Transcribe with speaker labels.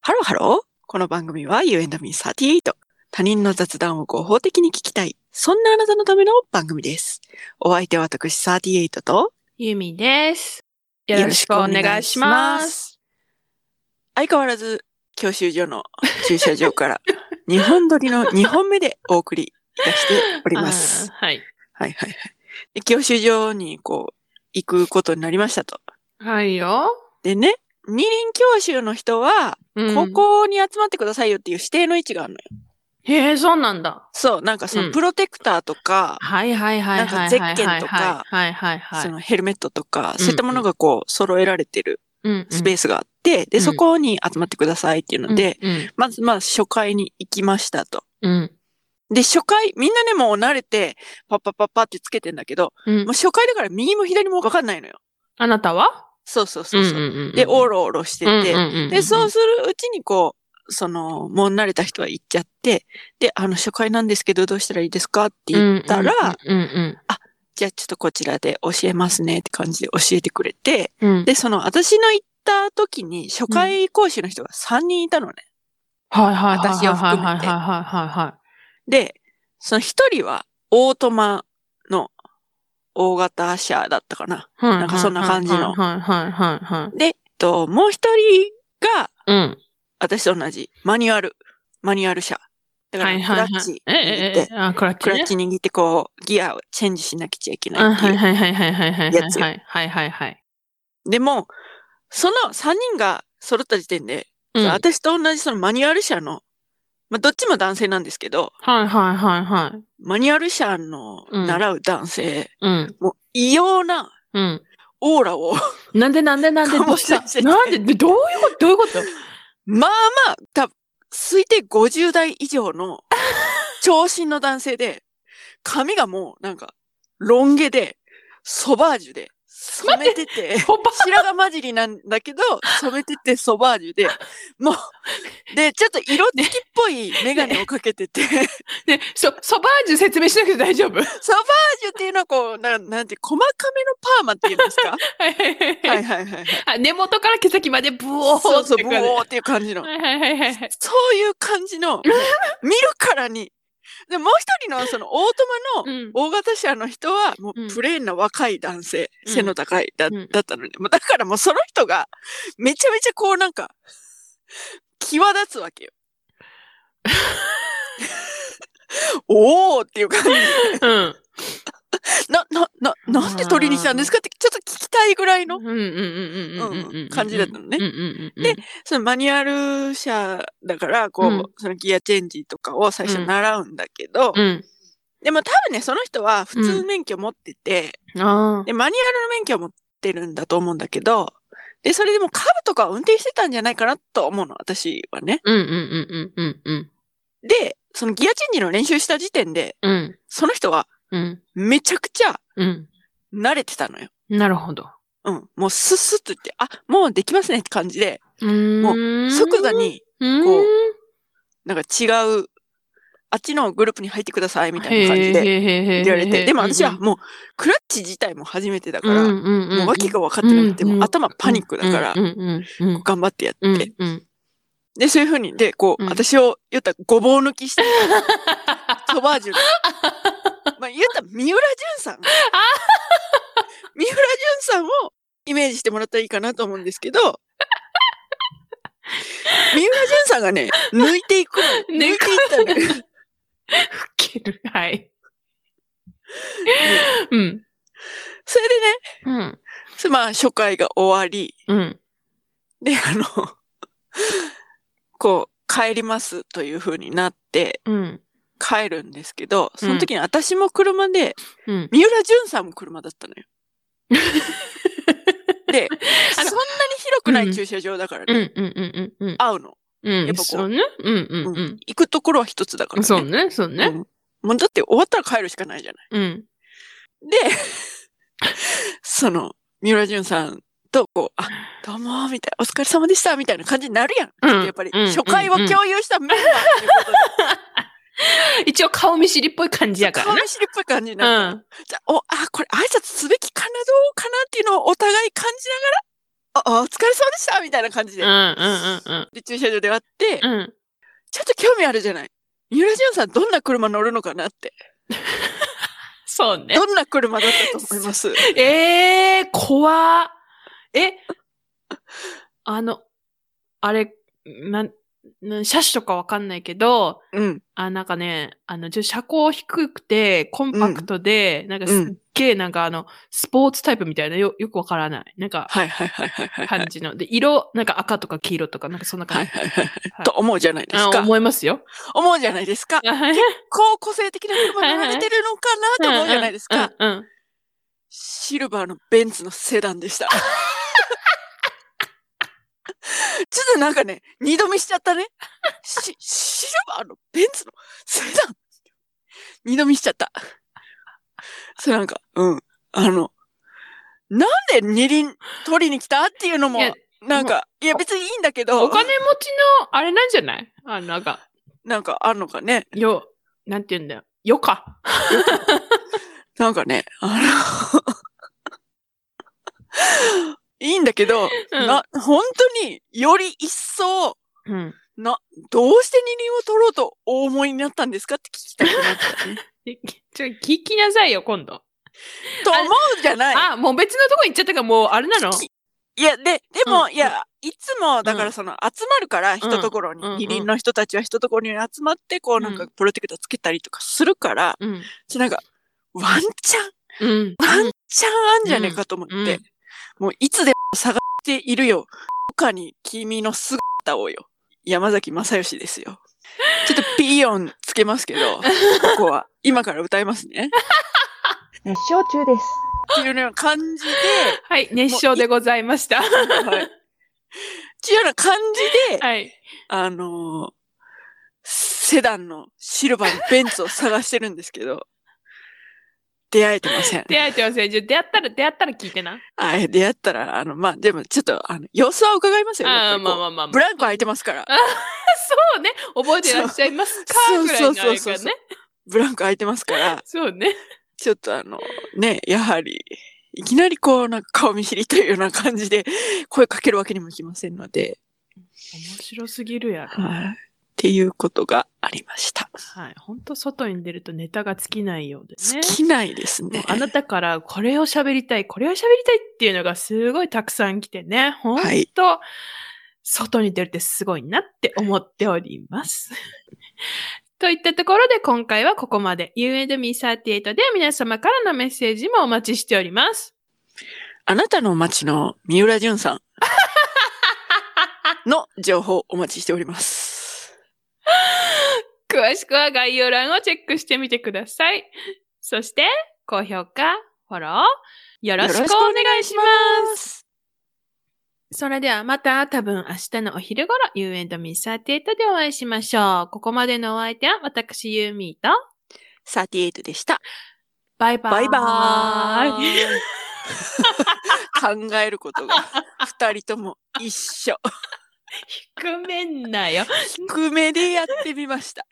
Speaker 1: ハローハロー。この番組は You and me38。他人の雑談を合法的に聞きたい。そんなあなたのための番組です。お相手は私38と
Speaker 2: ゆみです。よろしくお願いします。。
Speaker 1: 相変わらず教習所の駐車場 から日本撮りの2本目でお送りいたしております。
Speaker 2: あーはい。
Speaker 1: はいはいはい。で教習所にこう行くことになりましたと。
Speaker 2: はいよ。
Speaker 1: でね、二輪教習の人は、
Speaker 2: うん
Speaker 1: こ。こに集まってくださいよっていう指定の位置があるのよ。
Speaker 2: へえ、そうなんだ。
Speaker 1: そう、なんかそうの
Speaker 2: ん
Speaker 1: プロテクターとか、
Speaker 2: はいはいはいはい。
Speaker 1: なんかゼッケンとか
Speaker 2: はいはいはい
Speaker 1: そ
Speaker 2: はい。
Speaker 1: のヘルメットとか、
Speaker 2: うん
Speaker 1: そういったものがこう揃えられてる
Speaker 2: うん
Speaker 1: スペー
Speaker 2: ス
Speaker 1: スがあって、
Speaker 2: う
Speaker 1: で、
Speaker 2: ん
Speaker 1: そこに集まってくださいっていうので、、
Speaker 2: うん
Speaker 1: まずまあ初回に行きましたと。
Speaker 2: うん。
Speaker 1: で、初回、みんなね、もう慣れて、パッパッパッパってつけてんだけど、
Speaker 2: うん
Speaker 1: もう。初回だから右も左もわかんないのよ。
Speaker 2: あなたは
Speaker 1: そうそうそうそう、
Speaker 2: う
Speaker 1: で、オー
Speaker 2: ロ
Speaker 1: ロオロしてて、
Speaker 2: て
Speaker 1: で、そうするうちにこう、その、もう慣れた人は行っちゃって、で、あの、初回なんですけど、どうしたらいいですかって言ったら、、
Speaker 2: うんうん
Speaker 1: じゃあちょっとこちらで教えますねって感じで教えてくれて、
Speaker 2: うんうん。
Speaker 1: で、その、私の行った時に、初回講師の人が3人いたのね。
Speaker 2: はいはいはい
Speaker 1: 私を
Speaker 2: はい
Speaker 1: 含
Speaker 2: はい
Speaker 1: めて
Speaker 2: はいはいはいは
Speaker 1: で、その1人は、オートマの大型車だったかな。
Speaker 2: い。
Speaker 1: なんかそんな感じの
Speaker 2: はいはいはいはい。
Speaker 1: で、えっと、もう1人が、
Speaker 2: うん。
Speaker 1: 私と同じ、マニュアル、マニュアル車。だか
Speaker 2: は
Speaker 1: ら、
Speaker 2: い
Speaker 1: ク
Speaker 2: はい
Speaker 1: ラ
Speaker 2: はい
Speaker 1: ッチ。
Speaker 2: ええ
Speaker 1: 握っ
Speaker 2: ええ
Speaker 1: て、
Speaker 2: えあ、クラッチ
Speaker 1: ク
Speaker 2: ね。
Speaker 1: ラッチ握ってこう、ギアをチェンジしなくちゃいけない
Speaker 2: あ
Speaker 1: ってい
Speaker 2: は
Speaker 1: う
Speaker 2: いはいはいはいはいはいはい
Speaker 1: やつよ
Speaker 2: はいはいはいはい。
Speaker 1: でも、その3人が揃った時点で、
Speaker 2: うんはい
Speaker 1: 私と同じそのマニュアル車の、まあ、どっちも男性なんですけど、
Speaker 2: はいはいはい。
Speaker 1: マニュアル車の
Speaker 2: うん
Speaker 1: 習う男性、
Speaker 2: うん。
Speaker 1: もう異様な
Speaker 2: うん。
Speaker 1: オーラを、
Speaker 2: なんでなんでなんで
Speaker 1: 醸
Speaker 2: どう
Speaker 1: し
Speaker 2: し
Speaker 1: 出
Speaker 2: た
Speaker 1: してて
Speaker 2: なんででどういうことどういうこと
Speaker 1: まあまあ、多分推定50代以上 の長身の男性で、髪がもうなんか、ロン毛で、ソバージュで、染めてて、
Speaker 2: ほば
Speaker 1: 白髪混じりなんだけど、染めててソバージュで、もう、で、ちょっと色付きっぽいメガネをかけてて、
Speaker 2: ね、そ、ソバージュ説明しなくて大丈夫。は
Speaker 1: ソバージュっていうのはこう、ななんて、細かめのパーマっていうんですか
Speaker 2: いはい
Speaker 1: は
Speaker 2: はい
Speaker 1: はい
Speaker 2: い。
Speaker 1: はいはい。
Speaker 2: あ根元から毛先までブオー
Speaker 1: そうそう、
Speaker 2: って
Speaker 1: ブ
Speaker 2: 感じ
Speaker 1: オーっていう感じの。
Speaker 2: はいはいはいはいはい。
Speaker 1: そういう感じの、もう見るからに。で、もう一人のそのオートマの
Speaker 2: うん。
Speaker 1: 大型車の人は、もううんプレーンな若い男性、
Speaker 2: うん
Speaker 1: 背の高いだ,、
Speaker 2: うん
Speaker 1: だったので、もうだからもうその人が、めちゃめちゃこうなんか、際立つわ けよ。おーっていう感じ
Speaker 2: うん。
Speaker 1: な、な、な、なんで取りに来たんですかってちょっと聞きたいぐらいの
Speaker 2: うんうんうんうんうんうんうん。
Speaker 1: 感じだったのね
Speaker 2: うんうんうん。
Speaker 1: で、そのマニュアル車だから、こう、
Speaker 2: うん
Speaker 1: そのギアチェンジとかを最初習うんだけど、
Speaker 2: うん。
Speaker 1: でも多分ね、その人は普通免許持ってて、
Speaker 2: あ
Speaker 1: で、マニュアルの免許を持ってるんだと思うんだけど、で、それでもカブとかを運転してたんじゃないかなと思うの、私はね。
Speaker 2: あ。うんうんうんうんうん
Speaker 1: で、そのギアチェンジの練習した時点で、
Speaker 2: うん。うん。
Speaker 1: その人は
Speaker 2: うん。
Speaker 1: めちゃくちゃ
Speaker 2: うん。
Speaker 1: 慣れてたのよ。
Speaker 2: なるほど。
Speaker 1: うん。もうスッスッと言って、あ、もうできますねって感じで、
Speaker 2: うーん。
Speaker 1: 即座に
Speaker 2: こ
Speaker 1: なんか違う、あっちのグループに入ってくださいみたいな感じで
Speaker 2: で
Speaker 1: 言われて。でも私は
Speaker 2: だ
Speaker 1: もう、クラッチ自体も初めてだか、
Speaker 2: からら、
Speaker 1: も
Speaker 2: も
Speaker 1: う訳が分かってなくて、もう頭パニックだから、頑張ってやって。で、そういうふうに、で、こう、
Speaker 2: うん
Speaker 1: 私を言ったらごぼう抜 きして、ソバージュで。まあ言ったら三浦淳さん。三浦淳さんをイメージしてもらったらいいかなと思うんですけど、三浦淳さんがね、抜いていくのよ。抜いていったのよ。
Speaker 2: 切る。はい。うん。
Speaker 1: それでね、
Speaker 2: うん。
Speaker 1: そまあ、初回が終わり、
Speaker 2: うん。
Speaker 1: で、 あの、こう、帰りますという風になって、
Speaker 2: うん。
Speaker 1: 帰るんですけど、その時に私も車で、
Speaker 2: うん。
Speaker 1: 三浦淳さんも車だったのよ。 で、そ
Speaker 2: あ
Speaker 1: ん
Speaker 2: の
Speaker 1: なに広くない駐車場だから
Speaker 2: う
Speaker 1: ね、
Speaker 2: ん。うん。うん。うん。
Speaker 1: 会うの。
Speaker 2: うん。
Speaker 1: やっぱこう
Speaker 2: そうね。うん。うん。う
Speaker 1: 行くところは一つだから
Speaker 2: ん。
Speaker 1: ね。
Speaker 2: そうね。そうね。
Speaker 1: うんもうだって終わったら帰るしかないじゃない。
Speaker 2: うん。
Speaker 1: で、その、三浦淳さんと、こう、あ、どうも、みたいな、お疲れ様でした、みたいな感じになるやん。
Speaker 2: うん
Speaker 1: やっぱり、
Speaker 2: うん
Speaker 1: 初回を
Speaker 2: うんうん
Speaker 1: 共有したメンバーっていうことで、
Speaker 2: 一応顔見知りっぽい感じやか
Speaker 1: 顔
Speaker 2: らね。
Speaker 1: 見知りっぽい感じに
Speaker 2: う
Speaker 1: なるから
Speaker 2: ん。
Speaker 1: じゃあお、あ、これ挨拶すべきかな、どうかなっていうのをお互い感じながあ、あお疲れ様でしたみたいな感じ
Speaker 2: うん
Speaker 1: で
Speaker 2: う。んうん
Speaker 1: で、駐車場で会って、
Speaker 2: うん。うん。
Speaker 1: ちょっと興味あるじゃない。三浦淳さんどんな車乗るのかなって。
Speaker 2: そうね。
Speaker 1: どんな車だったと思います
Speaker 2: ええー、怖っえ、あの、あれ、なん、なん車種とかわかんないけど、
Speaker 1: うん。
Speaker 2: あ、なんかね、あの、ちょ車高低くて、コンパクトで、なんかすっげえ、なんかあの、スポーツタイプみたいな、よ、よくわからない。なんか、
Speaker 1: はいはいはいはいはいはい。
Speaker 2: 感じの。で、色、なんか赤とか黄色とか、なんかそんな
Speaker 1: は
Speaker 2: 感
Speaker 1: い
Speaker 2: じ。
Speaker 1: はいはいはい
Speaker 2: はい
Speaker 1: と思うじゃないです
Speaker 2: あ
Speaker 1: か。
Speaker 2: 思いますよ。
Speaker 1: 思うじゃないですか。
Speaker 2: はい。
Speaker 1: こう個性的な車乗られてるのかなと思うじゃないですか。
Speaker 2: うんうん。
Speaker 1: シルバーのベンツのセダンでした。ちょっとなんかね、二度見しちゃったね。しシルバーのベンツのセダン二度見しちゃった。それなんか、うん。あの、なんで二輪取りに来たっていうのも
Speaker 2: いや、
Speaker 1: なんか、いや別にいいんだけど、
Speaker 2: お金持ちの、あれなんじゃないあの、なんか、
Speaker 1: なんかあるのかね。
Speaker 2: よ、なんて言うんだよ。よか。
Speaker 1: なんかね、あの、いいんだけど、
Speaker 2: うん
Speaker 1: な、本当により一層、
Speaker 2: うん。
Speaker 1: な、どうして二輪を取ろうとお思いになったんですかって聞きたくなった ね。
Speaker 2: でちょ、聞きなさいよ、今度。
Speaker 1: と思うじゃない。
Speaker 2: あ、もう別のとこ行っちゃったから、もう、あれなの
Speaker 1: きいや、で、でも、
Speaker 2: うん
Speaker 1: いや、いつも、だからその、集まるから、一ところに、
Speaker 2: うんうん
Speaker 1: 二輪の人たちは一ところに集まって、こう、なん
Speaker 2: う
Speaker 1: か、
Speaker 2: ん
Speaker 1: プロテクターつけたりとかするから、
Speaker 2: うん。
Speaker 1: ちょなんか、ワンチャン、
Speaker 2: うん。
Speaker 1: ワンチャンあんじゃねえかと思って、
Speaker 2: うんうん
Speaker 1: もういつでも探しているよ。他に君の姿をよ。山崎正義ですよ。ちょっとピーヨンつけますけど、ここは今から歌いますね。
Speaker 3: 熱唱中です。
Speaker 1: っていうような感じで、
Speaker 2: はい、熱唱でございました。
Speaker 1: はい。っていうような感じで、
Speaker 2: はい。
Speaker 1: あのーセダンのシルバーのベンツを探してるんですけど、出会えてません。
Speaker 2: 出会えてません。じゃあ出会ったら、出会ったら聞いてな。
Speaker 1: あえ出会ったら、あの、まあ、でもちょっと、あの、様子は伺いますよ。や
Speaker 2: あ
Speaker 1: っぱ
Speaker 2: あ、
Speaker 1: りこう
Speaker 2: まあまあまあ、ま
Speaker 1: ブ
Speaker 2: あ。
Speaker 1: ランク空いてますから。
Speaker 2: そうね。覚えてらっしゃいますか
Speaker 1: そう
Speaker 2: ぐらいのあれ
Speaker 1: そうそうそう
Speaker 2: が
Speaker 1: そ
Speaker 2: ね
Speaker 1: う。ブランク空いてますから、
Speaker 2: そうね。
Speaker 1: ちょっとあの、ね、やはり、いきなりこう、なんか顔見知りというような感じで、声かけるわけにもいきませんので、
Speaker 2: 面白すぎるやろ。
Speaker 1: はい。っていうことがありました。
Speaker 2: はい。ほんと外に出るとネタが尽きないようで
Speaker 1: 尽
Speaker 2: ね。
Speaker 1: きないです
Speaker 2: もう
Speaker 1: ね。
Speaker 2: あなたからこれを喋りたい、これを喋りたいっていうのがすごいたくさん来てね。ほん
Speaker 1: はい
Speaker 2: と、外に出るってすごいなって思っております。 といったところで今回はここまで。U&Me38 では皆様からのメッセージもお待ちしております。
Speaker 1: あなたの街の三浦淳さんの情報お待ちしております。
Speaker 2: 詳しくは概要欄をチェックしてみてください。そして、高評価、フォロー、よろしくお願いします。それではまた多分明日のお昼頃、You and Me38 でお会いしましょう。ここまでのお相手は私ユーミーと、
Speaker 1: 38でした。
Speaker 2: バイバー
Speaker 1: バ
Speaker 2: イ。
Speaker 1: イバーイ 考えることが二人とも一 緒。
Speaker 2: 低めんなよ。
Speaker 1: 低めでやってみました。